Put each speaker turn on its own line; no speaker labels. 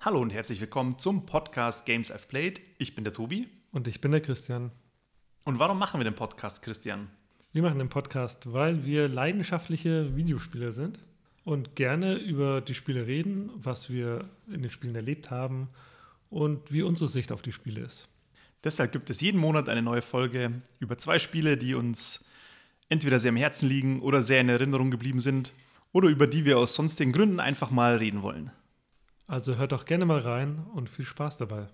Hallo und herzlich willkommen zum Podcast Games I've Played. Ich bin der Tobi.
Und ich bin der Christian.
Und warum machen wir den Podcast, Christian?
Wir machen den Podcast, weil wir leidenschaftliche Videospieler sind und gerne über die Spiele reden, was wir in den Spielen erlebt haben und wie unsere Sicht auf die Spiele ist.
Deshalb gibt es jeden Monat eine neue Folge über zwei Spiele, die uns entweder sehr am Herzen liegen oder sehr in Erinnerung geblieben sind oder über die wir aus sonstigen Gründen einfach mal reden wollen.
Also hört doch gerne mal rein und viel Spaß dabei.